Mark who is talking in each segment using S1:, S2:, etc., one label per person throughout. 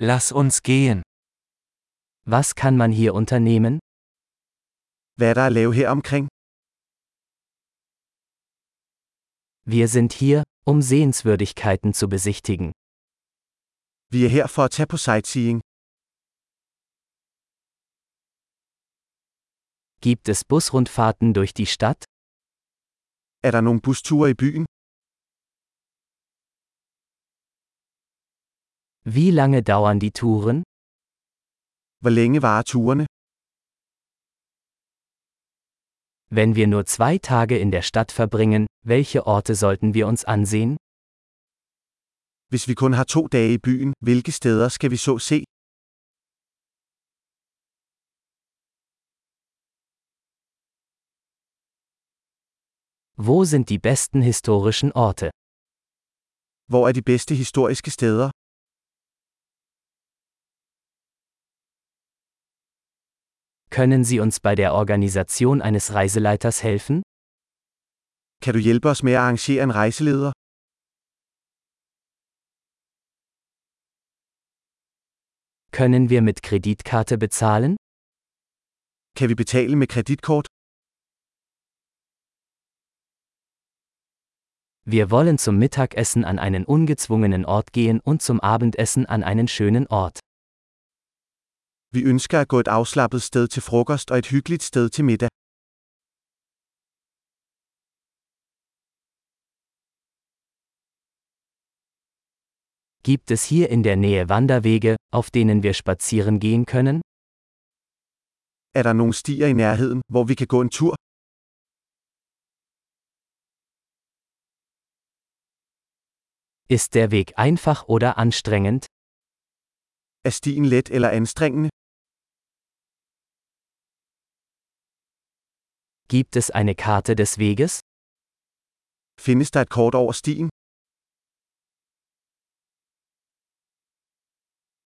S1: Lass uns gehen. Was kann man hier unternehmen?
S2: Hvad er der at lave her omkring?
S1: Wir sind hier, um Sehenswürdigkeiten zu besichtigen.
S2: Vi er her for at tage på sightseeing.
S1: Gibt es Busrundfahrten durch die Stadt?
S2: Er der nogle busture i byen?
S1: Wie lange dauern die Touren?
S2: Hvor længe varer turene?
S1: Wenn wir nur zwei Tage in der Stadt verbringen, welche Orte sollten wir uns ansehen?
S2: Hvis vi kun har to dage i byen, hvilke steder skal vi så se?
S1: Wo sind die besten historischen Orte?
S2: Hvor er de bedste historiske steder?
S1: Können Sie uns bei der Organisation eines Reiseleiters helfen?
S2: Kan du hjælpe os med at arrangere en rejseleder?
S1: Können wir mit Kreditkarte bezahlen?
S2: Kan vi betale med kreditkort?
S1: Wir wollen zum Mittagessen an einen ungezwungenen Ort gehen und zum Abendessen an einen schönen Ort.
S2: Vi ønsker at gå et afslappet sted til frokost og et hyggeligt sted til middag.
S1: Gibt es hier in der Nähe Wanderwege, auf denen wir spazieren gehen können?
S2: Er der nogle stier i nærheden, hvor vi kan gå en tur?
S1: Ist der Weg einfach oder anstrengend?
S2: Er stien let eller anstrengende?
S1: Gibt es eine Karte des Weges?
S2: Findes der et kort over stien?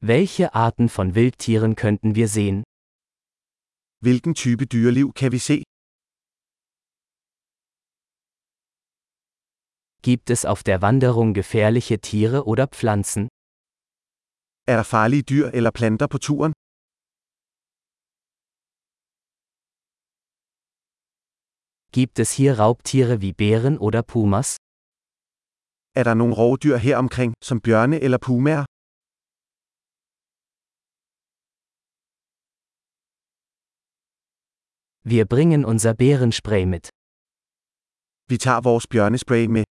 S1: Welche Arten von Wildtieren könnten wir sehen?
S2: Hvilken type dyreliv kan vi se?
S1: Gibt es auf der Wanderung gefährliche Tiere oder Pflanzen?
S2: Er der farlige dyr eller planter på turen?
S1: Gibt es hier Raubtiere wie Bären oder Pumas?
S2: Er der nogle rovdyr her omkring, som bjørne eller pumaer?
S1: Wir bringen unser Bärenspray mit.
S2: Vi tager vores bjørnespray med.